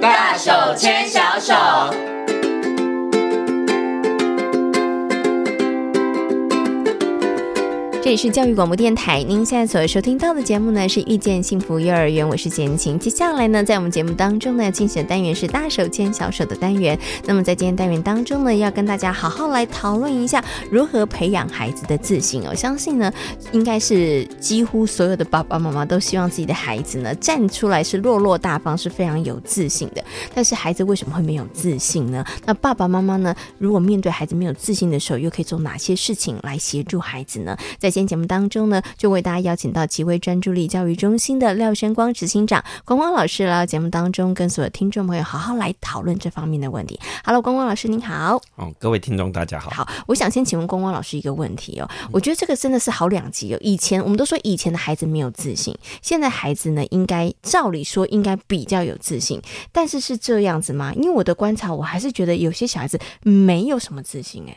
大手牵小手。这里是教育广播电台，您现在所收听到的节目呢是《遇见幸福幼儿园》，我是简晴。接下来呢，在我们节目当中呢，竞选单元是“大手牵小手”的单元。那么在今天单元当中呢，要跟大家好好来讨论一下如何培养孩子的自信哦。相信呢，应该是几乎所有的爸爸妈妈都希望自己的孩子呢站出来是落落大方，是非常有自信的。但是孩子为什么会没有自信呢？那爸爸妈妈呢，如果面对孩子没有自信的时候，又可以做哪些事情来协助孩子呢？在今天节目当中呢，就为大家邀请到奇威专注力教育中心的廖生光执行长光光老师来到节目当中，跟所有听众朋友好好来讨论这方面的问题。Hello，光光老师您好。哦，各位听众大家好。好，我想先请问光光老师一个问题哦，我觉得这个真的是好两极哦。以前我们都说以前的孩子没有自信，现在孩子呢，应该照理说应该比较有自信，但是是这样子吗？因为我的观察，我还是觉得有些小孩子没有什么自信哎、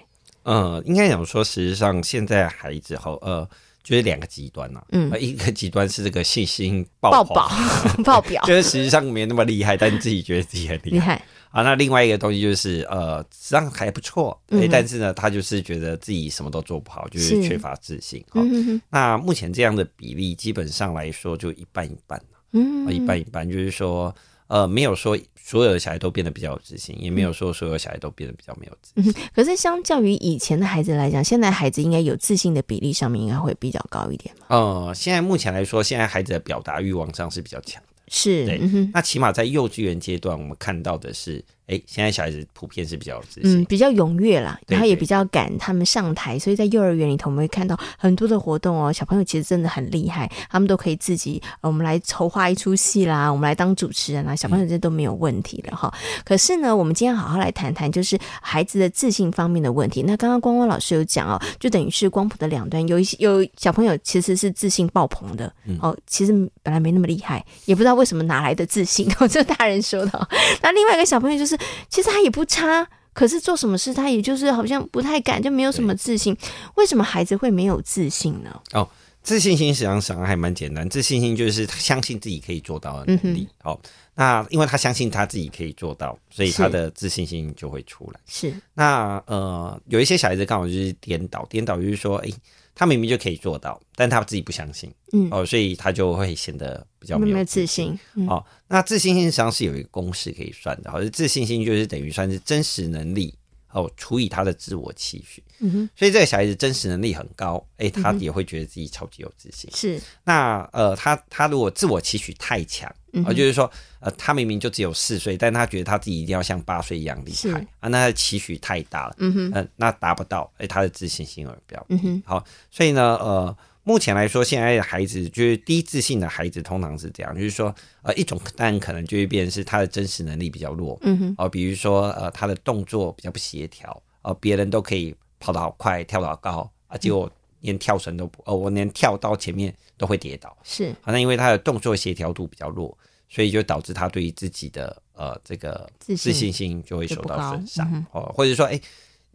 呃，应该讲说，实际上现在孩子好，呃，就是两个极端呐、啊。嗯呃，一个极端是这个信心爆爆棚表 爆表就是实际上没那么厉害，但自己觉得自己很厉厉害害，啊。那另外一个东西就是，呃，实际上还不错，嗯哎、但是呢，他就是觉得自己什么都做不好，就是是缺乏自信。哦嗯哼哼那目前这样的比例，基本上来说就一半一半。嗯啊，一半一半，就是说，呃，没有说所有的小孩都变得比较有自信，也没有说所有小孩都变得比较没有自信。可是相较于以前的孩子来讲，现在孩子应该有自信的比例上面应该会比较高一点嘛？呃，现在目前来说，现在孩子的表达欲望上是比较强。是，对嗯哼，那起码在幼稚园阶段，我们看到的是，哎，现在小孩子普遍是比较有自信。嗯，比较踊跃啦，对然后也对比较敢他们上台，所以在幼儿园里头，我们会看到很多的活动哦。小朋友其实真的很厉害，他们都可以自己，呃我们来筹划一出戏啦，我们来当主持人啦，啊小朋友这都没有问题的哈。可是呢，我们今天好好来谈谈，就是孩子的自信方面的问题。那刚刚光光老师有讲哦，就等于是光谱的两端，有一些有小朋友其实是自信爆棚的、嗯哦，其实本来没那么厉害，也不知道为什么哪来的自信， 哦，这大人说的哦、那另外一个小朋友就是，其实他也不差。可是做什么事，他也就是好像不太敢，就没有什么自信。为什么孩子会没有自信呢？自信心实际上上还蛮简单，自信心就是他相信自己可以做到的能力。嗯好、那因为他相信他自己可以做到，所以是他的自信心就会出来。是，那呃，有一些小孩子刚好就是颠倒，颠倒就是说，诶，他明明就可以做到，但他自己不相信，嗯哦，所以他就会显得比较有没没有有自信。信？嗯哦，那自信心实际上是有一个公式可以算的，好，自信心就是等于算是真实能力哦除以他的自我期许，嗯哼，嗯所以这个小孩子真实能力很高，诶，他也会觉得自己超级有自信。是，那呃，他他如果自我期许太强，嗯啊、哼就是说，呃，他明明就只有四岁，但他觉得他自己一定要像八岁一样厉是害啊，那他的期许太大了，嗯哼，呃，那达不到，哎、他的自信心而标。嗯哼，好，所以呢，呃，目前来说，现在的孩子就是低自信的孩子，通常是这样，就是说，呃，一种但可能就会变成是他的真实能力比较弱，嗯哼，哦、比如说呃，他的动作比较不协调，哦、别人都可以跑得好快，跳得好高，啊，结果连跳绳都不，哦、我连跳到前面都会跌倒。是，好，那因为他的动作协调度比较弱，所以就导致他对于自己的呃这个自信自信心就会受到损伤就不嗯哦，或者说哎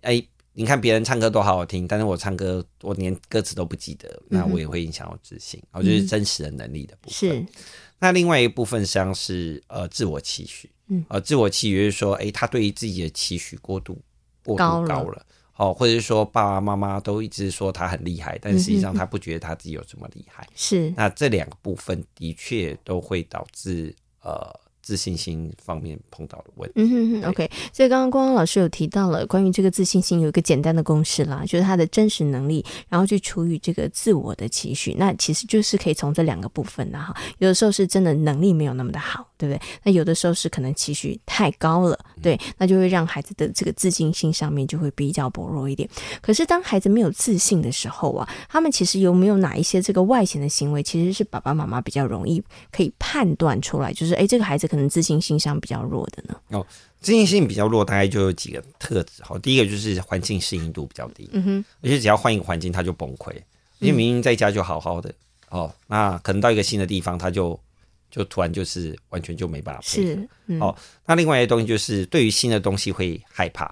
哎、你看别人唱歌多好好听，但是我唱歌我连歌词都不记得，嗯那我也会影响我自信，哦，就是真实的能力的部分。是，那另外一部分实际上是呃自我期许，嗯，呃自我期许就是说，哎、他对于自己的期许过度过度高高了了。哦，或者是说爸爸妈妈都一直说他很厉害，但实际上嗯他不觉得他自己有这么厉害。是，那这两个部分的确都会导致呃自信心方面碰到的问题。嗯哼哼对，OK。所以刚刚光光老师有提到了关于这个自信心有一个简单的公式啦，就是他的真实能力，然后去除以这个自我的期许，那其实就是可以从这两个部分的哈。有的时候是真的能力没有那么的好，对不对？那有的时候是可能期许太高了，对，那就会让孩子的这个自信心上面就会比较薄弱一点。可是当孩子没有自信的时候啊，他们其实有没有哪一些这个外显的行为，其实是爸爸妈妈比较容易可以判断出来，就是诶，这个孩子可能自信心上比较弱的呢？自信心比较弱，大概就有几个特质。好，第一个就是环境适应度比较低，嗯哼，而且只要换一个环境，他就崩溃。因为明明在家就好好的，哦，那可能到一个新的地方，他就就突然就是完全就没办法配合。是，嗯，哦那另外一个东西就是对于新的东西会害怕，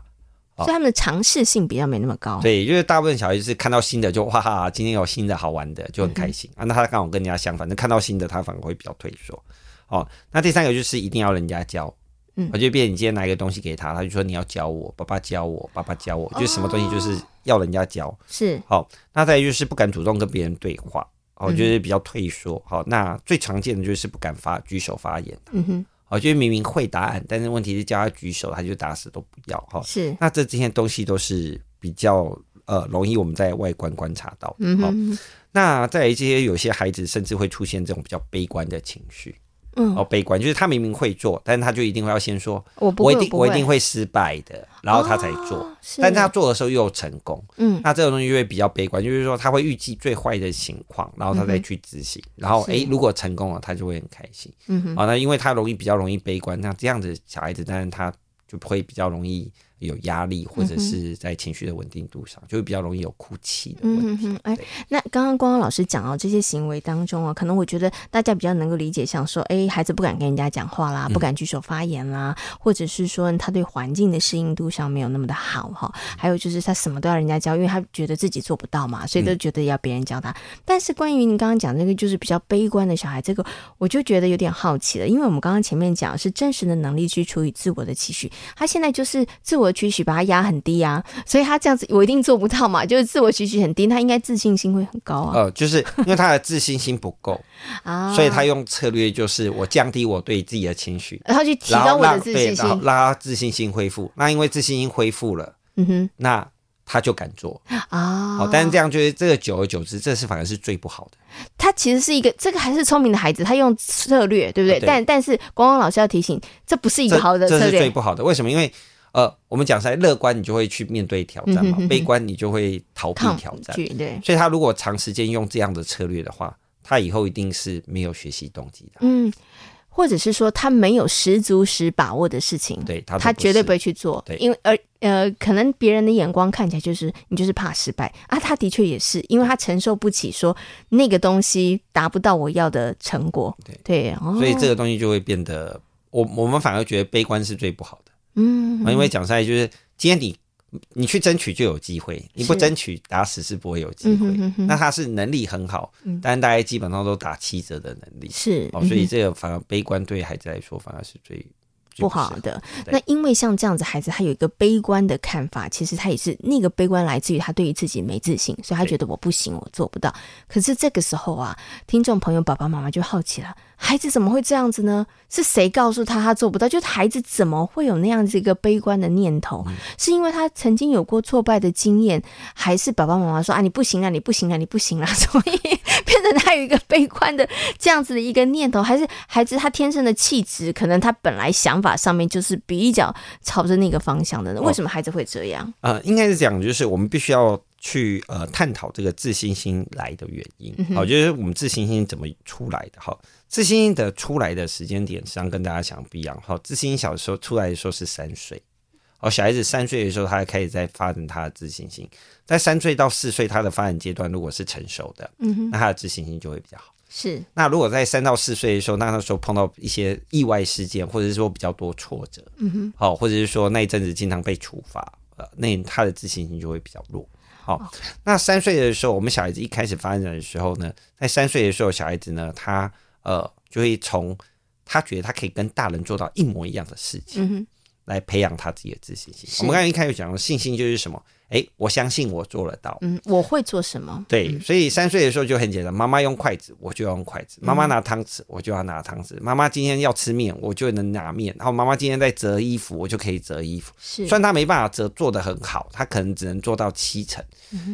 所以他们的尝试性比较没那么高。对，就是大部分小孩就是看到新的就哇哈，今天有新的好玩的就很开嗯心、啊。那他刚好跟人家相反，那看到新的他反而会比较退缩。哦，那第三个就是一定要人家教，嗯我就变你今天拿一个东西给他，他就说你要教我，爸爸教我，爸爸教我，哦就什么东西就是要人家教。是好，那再来就是不敢主动跟别人对话，好，嗯就是比较退缩。好，那最常见的就是不敢发举手发言。嗯哼好，就是明明会答案，但是问题是叫他举手，他就打死都不要。哦好，是那这这些东西都是比较呃容易我们在外观观察到。嗯好，哼那在这些有些孩子甚至会出现这种比较悲观的情绪。嗯哦，悲观就是他明明会做，但是他就一定会要先说，我不我会一定不我一定会失败的，然后他才做。哦是但他做的时候又成功，嗯那这种东西就会比较悲观，就是说他会预计最坏的情况，然后他再去执行，然后是诶，如果成功了，他就会很开心。嗯哼好、啊那因为他容易比较容易悲观，那这样子小孩子，当然他就会比较容易有压力，或者是在情绪的稳定度上，就会比较容易有哭泣的问题。嗯哼哼，哎对，那刚刚光光老师讲哦，这些行为当中哦，可能我觉得大家比较能够理解，像说，哎，孩子不敢跟人家讲话嗯啦，不敢举手发言啦，或者是说他对环境的适应度上没有那么的好哈、还有就是他什么都要人家教，因为他觉得自己做不到嘛，所以嗯都觉得要别人教他。但是关于你刚刚讲那个就是比较悲观的小孩，这个我就觉得有点好奇了，因为我们刚刚前面讲是真实的能力去处理自我的期许，他现在就是自我期许把他压很低啊， 所以他这样子我一定做不到嘛，就是自我期许很低，他应该自信心会很高啊，呃，就是因为他的自信心不够，啊，所以他用策略就是我降低我对自己的情绪，然后去提然高后我的让自对，信然后心，让他自信心恢复。那因为自信心恢复了，嗯那他就敢做。哼啊，好，但是这样就是这个久而久之，这是反而是最不好的。他其实是一个这个还是聪明的孩子，他用策略，对不对？对但但是光光老师要提醒，这不是一这个好的这策是最略，不好的。为什么？因为呃，我们讲实在，乐观你就会去面对挑战嘛，嗯哼哼哼悲观你就会逃避抗挑战。拒对，所以他如果长时间用这样的策略的话，他以后一定是没有学习动机的。嗯，或者是说他没有十足十把握的事情，对他都他不绝对是不会去做对，因为而呃，可能别人的眼光看起来就是你就是怕失败啊，他的确也是，因为他承受不起说那个东西达不到我要的成果，对哦，所以这个东西就会变得，我我们反而觉得悲观是最不好的，嗯，因为讲实在就是，今天你你去争取就有机会，你不是争取打死是不会有机嗯会。哼哼哼嗯那他是能力很好，但大概基本上都打七折的能力，是哦，所以嗯哼这个反而悲观对孩子来说反而是最最不好适合的。对那因为像这样子孩子，他有一个悲观的看法，其实他也是那个悲观来自于他对于自己没自信，所以他对觉得我不行，我做不到。可是这个时候啊，听众朋友爸爸妈妈就好奇了，孩子怎么会这样子呢？是谁告诉他他做不到？就是孩子怎么会有那样子一个悲观的念头？嗯是因为他曾经有过挫败的经验，还是爸爸妈妈说啊你不行啊，你不行啊，你不行啊，所以 变成他有一个悲观的这样子的一个念头，还是孩子他天生的气质，可能他本来想法上面就是比较朝着那个方向的呢？哦为什么孩子会这样？呃，应该是讲，就是我们必须要去呃探讨这个自信心来的原因。嗯好、就是我们自信心怎么出来的？好，自信心的出来的时间点，实际上跟大家想不一样。好，自信心小时候出来的时候是三岁。哦，小孩子三岁的时候，他开始在发展他的自信心。在三岁到四岁，他的发展阶段如果是成熟的，嗯哼，那他的自信心就会比较好。是那如果在三到四岁的时候，那那时候碰到一些意外事件，或者是说比较多挫折，嗯哼，好、或者是说那一阵子经常被处罚，呃，那他的自信心就会比较弱。好、那三岁的时候，我们小孩子一开始发展的时候呢，在三岁的时候，小孩子呢，他呃就会从他觉得他可以跟大人做到一模一样的事情，嗯哼来培养他自己的自信心。是我们刚才一开始讲的信心就是什么？诶，我相信我做得到，嗯，我会做什么？对，所以三岁的时候就很简单，妈妈用筷子，我就要用筷子；妈妈拿汤匙，我就要拿汤匙；妈妈今天要吃面，我就能拿面；然后妈妈今天在折衣服，我就可以折衣服。是虽然他没办法折做得很好，他可能只能做到七成，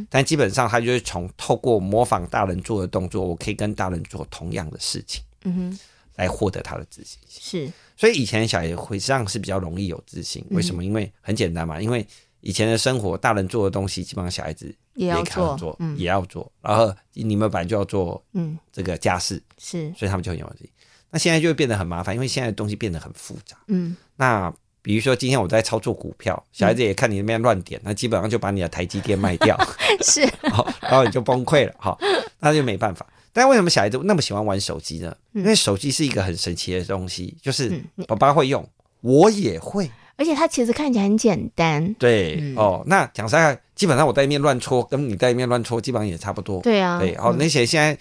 但基本上他就是从透过模仿大人做的动作，我可以跟大人做同样的事情，嗯哼来获得他的自信心。是所以以前的小孩会实际上是比较容易有自信，为什么？因为很简单嘛，因为以前的生活，大人做的东西，基本上小孩子也也要可能做，做，嗯也要做。然后你们本来就要做嗯这个家事，是所以他们就很有自信。那现在就会变得很麻烦，因为现在的东西变得很复杂。嗯那比如说今天我在操作股票，小孩子也看你那边乱点，那基本上就把你的台积电卖掉， 是好，然后你就崩溃了，好，那就没办法。但为什么小孩子那么喜欢玩手机呢？因嗯为手机是一个很神奇的东西，就是爸爸会用，我也会。而且他其实看起来很简单，对、嗯哦，那讲实在，基本上我在里面乱戳，跟你在里面乱戳，基本上也差不多。对啊，对，好、嗯而且现在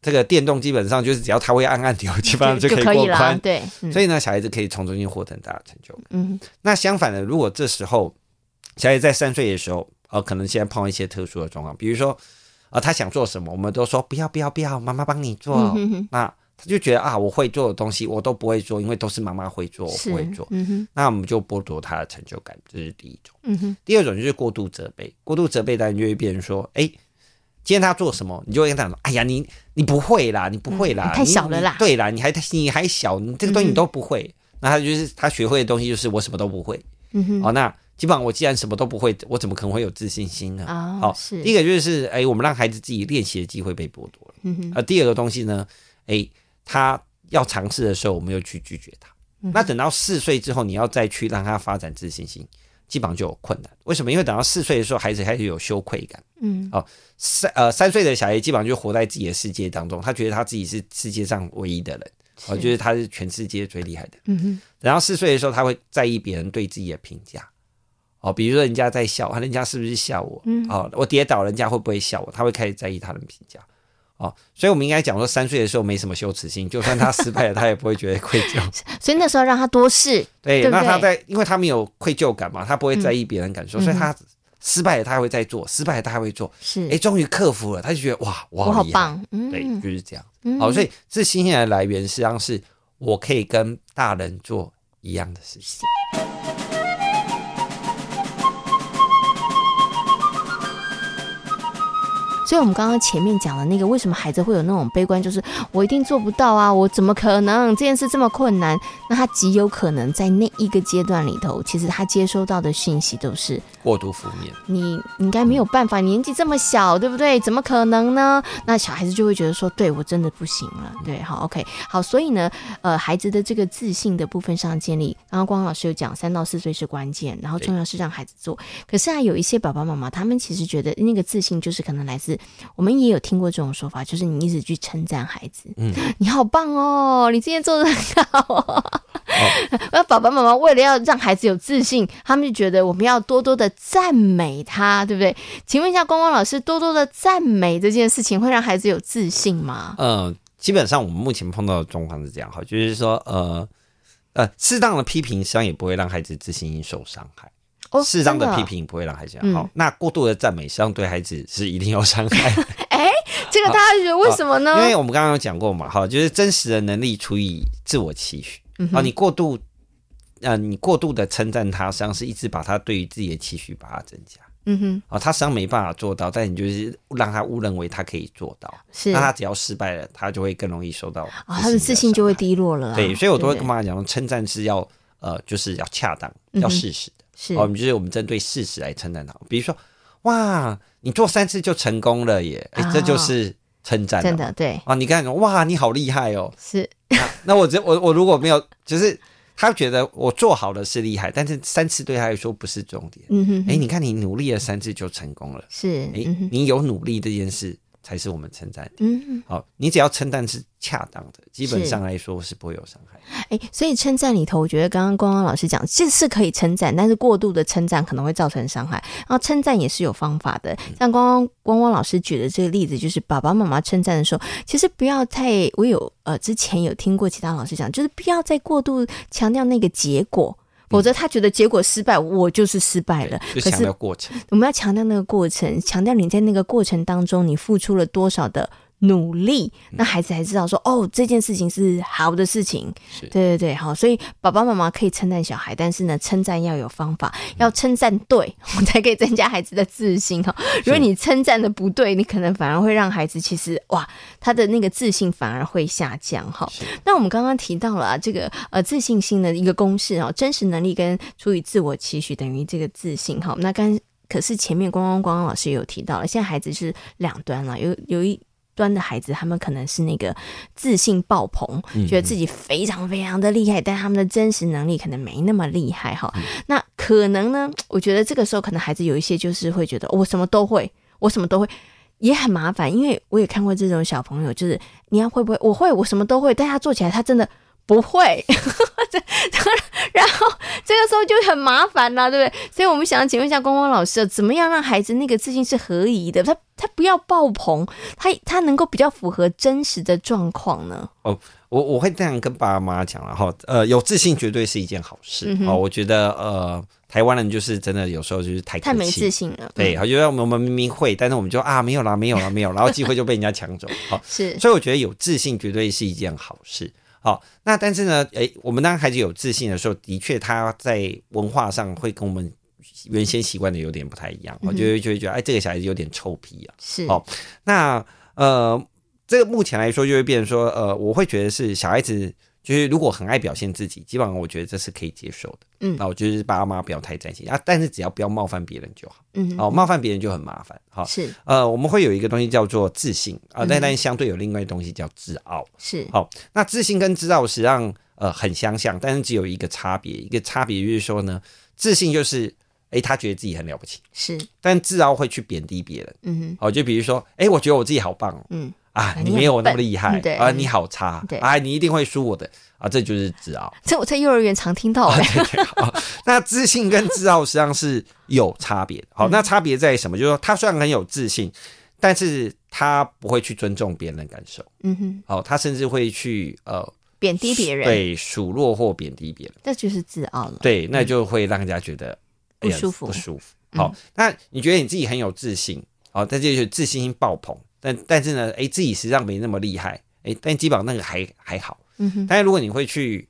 这个电动基本上就是只要它会按按钮，基本上就可以可过以啦关。。对，嗯所以呢，小孩子可以从中间获得很大的成就感。嗯那相反的，如果这时候小孩子在三岁的时候，呃，可能现在碰到一些特殊的状况，比如说，呃，他想做什么，我们都说不要不要不要，妈妈帮你做。嗯哼哼那他就觉得啊，我会做的东西我都不会做，因为都是妈妈会做，我是不会做。嗯哼那我们就剥夺他的成就感，这是第一种。嗯哼第二种就是过度责备，过度责备当然就会变成说，哎、今天他做什么，你就会跟他说，哎呀，你你不会啦，你不会啦，嗯太你小了啦嗯你对啦，你还你还小，你这个东西你都不会。那他就是他学会的东西就是我什么都不会。嗯哼哦，那基本上我既然什么都不会，我怎么可能会有自信心呢？哦嗯好是第一个就是哎、我们让孩子自己练习的机会被剥夺了。嗯哼而第二个东西呢，哎、他要尝试的时候，我们又去拒绝他。嗯那等到四岁之后，你要再去让他发展自信心，基本上就有困难。为什么？因为等到四岁的时候，孩子开始有羞愧感。嗯三呃三岁的小孩基本上就活在自己的世界当中，他觉得他自己是世界上唯一的人，我觉得他是全世界最厉害的。嗯哼然后四岁的时候，他会在意别人对自己的评价。哦，比如说人家在笑，啊人家是不是笑我？嗯哦，我跌倒，人家会不会笑我？他会开始在意他人评价。哦，所以我们应该讲说，三岁的时候没什么羞耻心，就算他失败了，他也不会觉得愧疚。 所以那时候让他多试，对，对不那他对在，因为他没有愧疚感嘛，他不会在意别人感嗯受，所以他失败了他还会再做，失败了他还会做。是，哎，终于克服了，他就觉得哇，我嗯我好厉害。棒，嗯，对，就是这样。嗯好，所以自信心的来源实际上是我可以跟大人做一样的事情。所以我们刚刚前面讲的那个，为什么孩子会有那种悲观，就是我一定做不到啊，我怎么可能这件事这么困难？那他极有可能在那一个阶段里头，其实他接收到的讯息都是过度负 面，你应该没有办法，你年纪这么小，对不对？怎么可能呢？那小孩子就会觉得说，对我真的不行了。对，好，OK，好，所以呢，呃，孩子的这个自信的部分上建立，刚刚光老师有讲，三到四岁是关键，然后对重要是让孩子做。可是啊，有一些爸爸妈妈他们其实觉得那个自信就是可能来自，我们也有听过这种说法，就是你一直去称赞孩子，嗯， 你好棒哦，你今天做的很好、哦。哦那爸爸妈妈为了要让孩子有自信，他们就觉得我们要多多的赞美他，对不对？请问一下，光光老师，多多的赞美这件事情会让孩子有自信吗？嗯，基本上我们目前碰到的状况是这样哈，就是说，呃，呃，适当的批评实际上也不会让孩子自信心受伤害，哦适当真的哦批评不会让孩子嗯好、那过度的赞美实际上对孩子是一定有伤 害，啊这个大家觉得为什么呢？因为我们刚刚有讲过嘛，哈，就是真实的能力除以自我期许，嗯啊，哼你过度，呃，你过度的称赞他，实际上是一直把他对于自己的期许把它增加。嗯哼，啊、他实际上没办法做到，但你就是让他误认为他可以做到，是那他啊，只要失败了，他就会更容易受到他的自信就会低落了啊、的伤害。对，所以我都会对跟不对妈妈讲说，称赞是要呃，就是要恰当，嗯哼要事实的。是哦，我们就是我们针对事实来称赞他，比如说，哇，你做三次就成功了耶，哎、这就哦是称赞、真。的，对，啊，你看，哇，你好厉害哦！是那我这我我如果没有，就是他觉得我做好的是厉害，但是三次对他来说不是重点。嗯哼哎、你看你努力了三次就成功了，是哎、嗯哼你有努力这件事才是我们称赞。嗯哼。好，你只要称赞是恰当的，基本是上来说是不会有伤害。哎，所以称赞里头，我觉得刚刚光光老师讲，这是可以称赞，但是过度的称赞可能会造成伤害。然后称赞也是有方法嗯的，像光光光光老师举的这个例子，就是爸爸妈妈称赞的时候，其实不要太，我有呃之前有听过其他老师讲，就是不要再过度强调那个结果。否则，他觉得结果失败，我就是失败了。嗯就可强是调过程，我们要强调那个过程，强调你在那个过程当中你付出了多少的努力，嗯那孩子才知道说哦，这件事情是好的事情。是对对对，好，所以爸爸妈妈可以称赞小孩，但是呢，称赞要有方法，嗯要称赞对， 我才可以增加孩子的自信哈。如果你称赞的不对，你可能反而会让孩子其实哇，他的那个自信反而会下降哈。是那我们刚刚提到了、啊、这个呃自信心的一个公式哦，真实能力跟出于自我期许等于这个自信哈。那刚可是前面光光光光老师也有提到了，现在孩子是两端了，有有一。端的孩子，他们可能是那个自信爆棚，觉得自己非常非常的厉害，但他们的真实能力可能没那么厉害哈。那可能呢，我觉得这个时候可能孩子有一些就是会觉得、哦我什么都会，我什么都会，也很麻烦，因为我也看过这种小朋友，就是你要会不会？我会，我什么都会，但他做起来他真的不会，然后这个时候就很麻烦啦，对不对？所以我们想请问一下光光老师，啊怎么样让孩子那个自信是合宜的？他他不要爆棚，他他能够比较符合真实的状况呢？我我会这样跟爸妈讲了哈，呃，有自信绝对是一件好事、嗯哼哦。我觉得呃，台湾人就是真的有时候就是太太客没气自信了，对，嗯好，就让我们明明会，但是我们就啊没有啦，没有啦，没有啦，然后机会就被人家 抢走。好，是，所以我觉得有自信绝对是一件好事。好，那但是呢，诶，我们当孩子有自信的时候，的确他在文化上会跟我们原先习惯的有点不太一样，嗯我就会就会觉得，哎，这个小孩子有点臭屁啊。是，好那呃，这个目前来说就会变成说，呃，我会觉得是小孩子。就是如果很爱表现自己，基本上我觉得这是可以接受的。嗯那我就是爸妈不要太担心啊，但是只要不要冒犯别人就好。嗯，哦，冒犯别人就很麻烦。好、是呃，我们会有一个东西叫做自信啊，嗯但但相对有另外一个东西叫自傲。是，好、那自信跟自傲实际上呃很相像，但是只有一个差别，一个差别就是说呢，自信就是诶，他觉得自己很了不起，是，但自傲会去贬低别人。嗯哦，就比如说，诶，我觉得我自己好棒哦、嗯，啊，你你没有我那很么笨厉害嗯 对啊，你好差对啊，你一定会输我的啊，这就是自傲。这我在幼儿园常听哦到、哎，那自信跟自傲实际上是有差别的。嗯好，那差别在什么？就是说他虽然很有自信，但是他不会去尊重别人的感受。嗯哼，好，他甚至会去呃贬低别人，对数落或贬低别人，这就是自傲了，嗯对，那就会让人家觉得不哎呀舒服嗯不舒服。好，那你觉得你自己很有自信，好，但这就是自信心爆棚，但但是呢，哎，自己实际上没那么厉害，哎，但基本上那个还还好。嗯哼，但是如果你会去，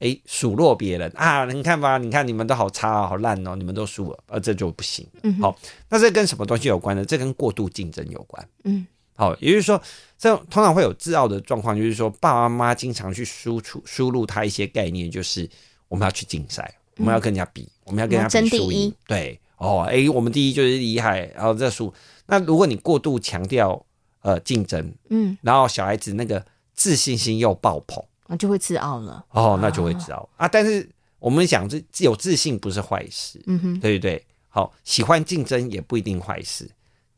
哎，数落别人啊，你看吧，你看你们都好差、哦，好烂哦，你们都输了，呃，这就不行。好、嗯哼那这跟什么东西有关呢？这跟过度竞争有关。嗯，好、也就是说，这种通常会有自傲的状况，就是说爸爸妈妈经常去输出输入他一些概念，就是我们要去竞赛，我们要跟人家比，我们要跟人家比我们争输第一赢。对，哦，哎，我们第一就是厉害，然后这输。那如果你过度强调呃竞争，嗯，然后小孩子那个自信心又爆棚。我就会自傲了，哦，那就会知道啊。但是我们想，这有自信不是坏事，嗯哼，对不对？好，喜欢竞争也不一定坏事，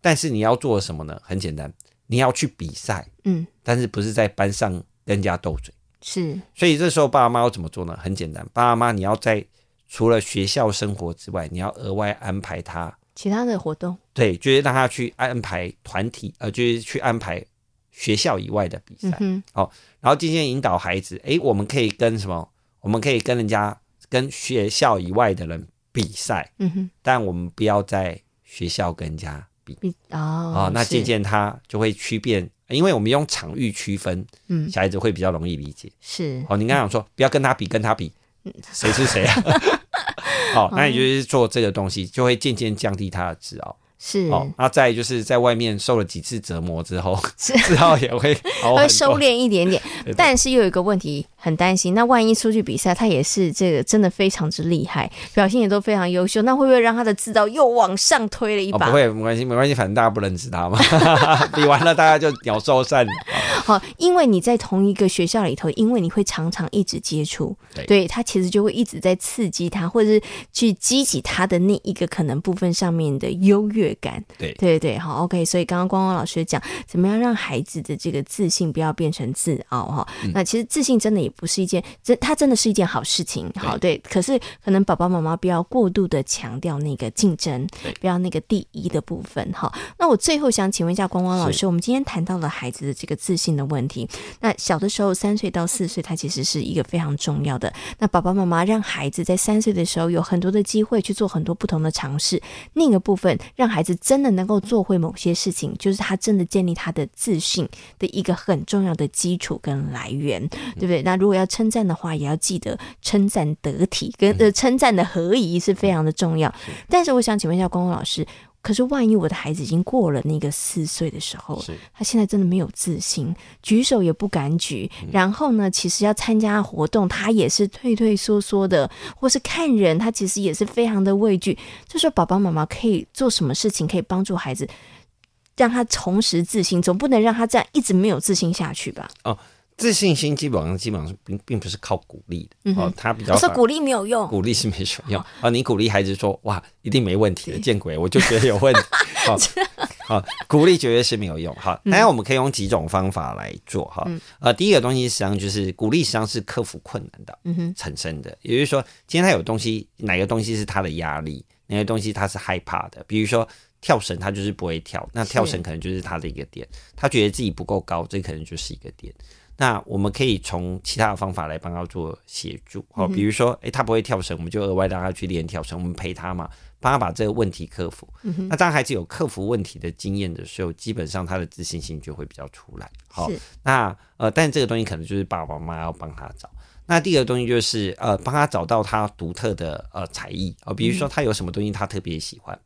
但是你要做什么呢？很简单，你要去比赛，嗯，但是不是在班上跟人家斗嘴。是，所以这时候爸妈要怎么做呢？很简单，爸妈你要在除了学校生活之外，你要额外安排他，其他的活动，对，就是让他去安排团体，呃，就是去安排学校以外的比赛嗯。哼，然后渐渐引导孩子，诶，我们可以跟什么？我们可以跟人家、跟学校以外的人比赛，嗯哼，但我们不要在学校跟人家比比啊、哦，那是渐，渐他就会区变，因为我们用场域区分，嗯，小孩子会比较容易理解。是，哦，你刚想说不要跟他比，跟他比，嗯谁是谁 啊？哦，那也就是做这个东西，就会渐渐降低他的自傲。是，哦，那再来就是在外面受了几次折磨 之后，是自傲也会好他哦很会多收敛一点 点，但是又有一个问题，很担心。那万一出去比赛，他也是这个真的非常之厉害，表现也都非常优秀，那会不会让他的自傲又往上推了一哦，把？不会，没关系，没关系，反正大家不认识他嘛。 比完了，大家就鸟兽散。哦好，哦因为你在同一个学校里头，因为你会常常一直接触，对他其实就会一直在刺激他，或者是去激起他的那一个可能部分上面的优越感。对对对，好，OK。所以刚刚光光老师讲，怎么样让孩子的这个自信不要变成自傲哈、那其实自信真的也不是一件，这它真的是一件好事情。好，对。可是可能爸爸妈妈不要过度的强调那个竞争，不要那个第一的部分哈。那我最后想请问一下光光老师，我们今天谈到了孩子的这个自信的问题。那小的时候，三岁到四岁，它其实是一个非常重要的。那爸爸妈妈让孩子在三岁的时候有很多的机会去做很多不同的尝试，另一个部分让孩子真的能够做会某些事情，就是他真的建立他的自信的一个很重要的基础跟来源，对不对？那如果要称赞的话，也要记得称赞得体跟呃称赞的合宜是非常的重要。但是我想请问一下光光老师，可是万一我的孩子已经过了那个四岁的时候，是他现在真的没有自信，举手也不敢举，嗯然后呢，其实要参加活动，他也是退退缩缩的，或是看人，他其实也是非常的畏惧。这时候，爸爸妈妈可以做什么事情可以帮助孩子，让他重拾自信？总不能让他这样一直没有自信下去吧？自信心基本上基本上是并并不是靠鼓励的，哦，他比较我说反鼓励没有用，鼓励是没什么用啊。你鼓励孩子说哇，一定没问题的，见鬼，我就觉得有问题。哦好，鼓励绝对是没有用。好，当然我们可以用几种方法来做哈。呃，第一个东西实际上就是鼓励，实际上是克服困难的，嗯哼，产生的。也就是说，今天他有东西，哪个东西是他的压力，哪个东西他是害怕的。比如说跳绳，他就是不会跳，那跳是绳可能就是他的一个点。他觉得自己不够高，这可能就是一个点。那我们可以从其他的方法来帮他做协助，哦，嗯比如说，诶、他不会跳绳，我们就额外让他去练跳绳，我们陪他嘛，帮他把这个问题克服。嗯那当孩子有克服问题的经验的时候，基本上他的自信心就会比较出来。好、是那呃，但这个东西可能就是爸爸妈妈要帮他找。那第二个东西就是呃，帮他找到他独特的呃才艺啊、呃比如嗯说他有什么东西他特别喜欢，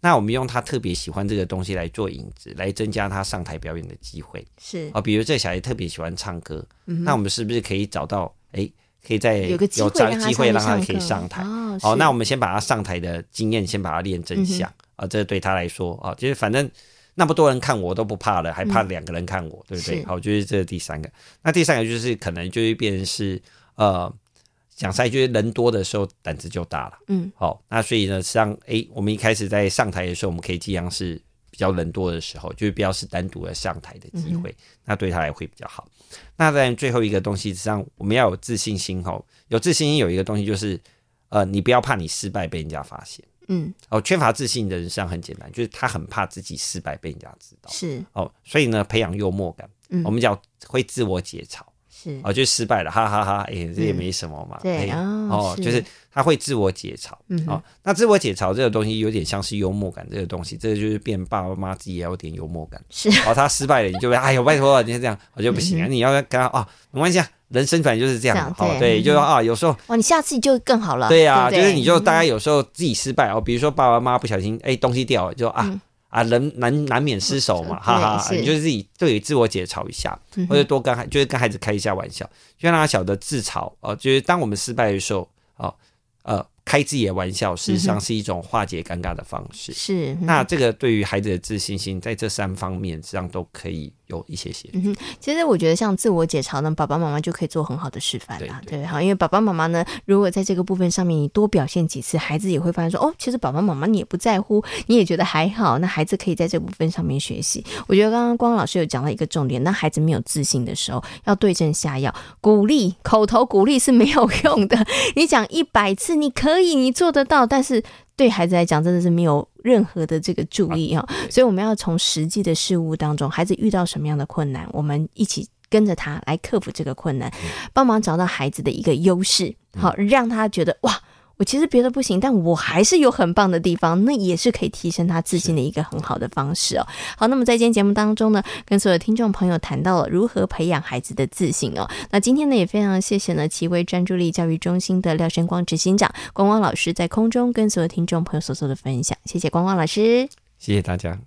那我们用他特别喜欢这个东西来做引子，来增加他上台表演的机会。是嗯啊，比如这个小孩特别喜欢唱歌，那我们是不是可以找到诶，可以在有个机有会找让他机会让他上去可以上上课台？哦好、是嗯那我们先把他上台的经验先把它练真相啊、这对他来说啊、就是反正那么多人看我都不怕了，还怕两个人看我，对不对？嗯是好，就是这是第三个。那第三个就是可能就会变成是呃，讲实在就是人多的时候胆子就大了，嗯，好、那所以呢，实际上诶，我们一开始在上台的时候，我们可以尽量是。比较人多的时候，就是不要是单独的上台的机嗯会，那对他来会比较好。那当然，最后一个东西，实际上我们要有自信心吼，有自信心有一个东西就是，呃，你不要怕你失败被人家发现。嗯哦，缺乏自信的人实际上很简单，就是他很怕自己失败被人家知道。是哦，所以呢，培养幽默感，嗯我们讲会自我解嘲。是哦，就失败了，哈哈哈哎、这也没什么嘛。嗯对哎哦哦，是就是他会自我解嘲。嗯哦，那自我解嘲这个东西有点像是幽默感这个东西，这个就是变爸爸妈妈自己也有点幽默感。是 哦，他失败了，你就会哎呦，拜托，你就这样，我就不行啊！你要跟他哦，没关系啊，人生本来就是这样嗯这样的，哦，对嗯对，就说啊，有时候哦哇，你下次就更好了，对呀、啊，不对嗯就是你就大概有时候自己失败哦，比如说爸爸妈妈不小心哎东西掉了，就啊、啊人难难免失手嘛，嗯哈哈，对是你就是自己对自我解嘲一下，嗯或者多跟孩就是跟孩子开一下玩笑，就让他晓得自嘲哦、就是当我们失败的时候哦呃开自己的玩笑，事实上是一种化解尴尬的方式。嗯是嗯那这个对于孩子的自信心，在这三方面实际上都可以有一些嗯些。其实我觉得像自我解嘲呢，爸爸妈妈就可以做很好的示范啦，对对好，因为爸爸妈妈呢，如果在这个部分上面你多表现几次，孩子也会发现说，哦，其实爸爸妈妈你也不在乎，你也觉得还好，那孩子可以在这部分上面学习。我觉得刚刚光老师有讲到一个重点，那孩子没有自信的时候，要对症下药，鼓励口头鼓励是没有用的，你讲一百次你可以，你做得到，但是。对孩子来讲，真的是没有任何的这个注意啊、所以我们要从实际的事物当中，孩子遇到什么样的困难，我们一起跟着他来克服这个困难，帮忙找到孩子的一个优势，好让他觉得哇。我其实别的不行，但我还是有很棒的地方，那也是可以提升他自信的一个很好的方式哦。好，那么在今天节目当中呢，跟所有听众朋友谈到了如何培养孩子的自信哦。那今天呢，也非常谢谢呢奇威专注力教育中心的廖生光执行长光光老师在空中跟所有听众朋友所做的分享，谢谢光光老师。谢谢大家。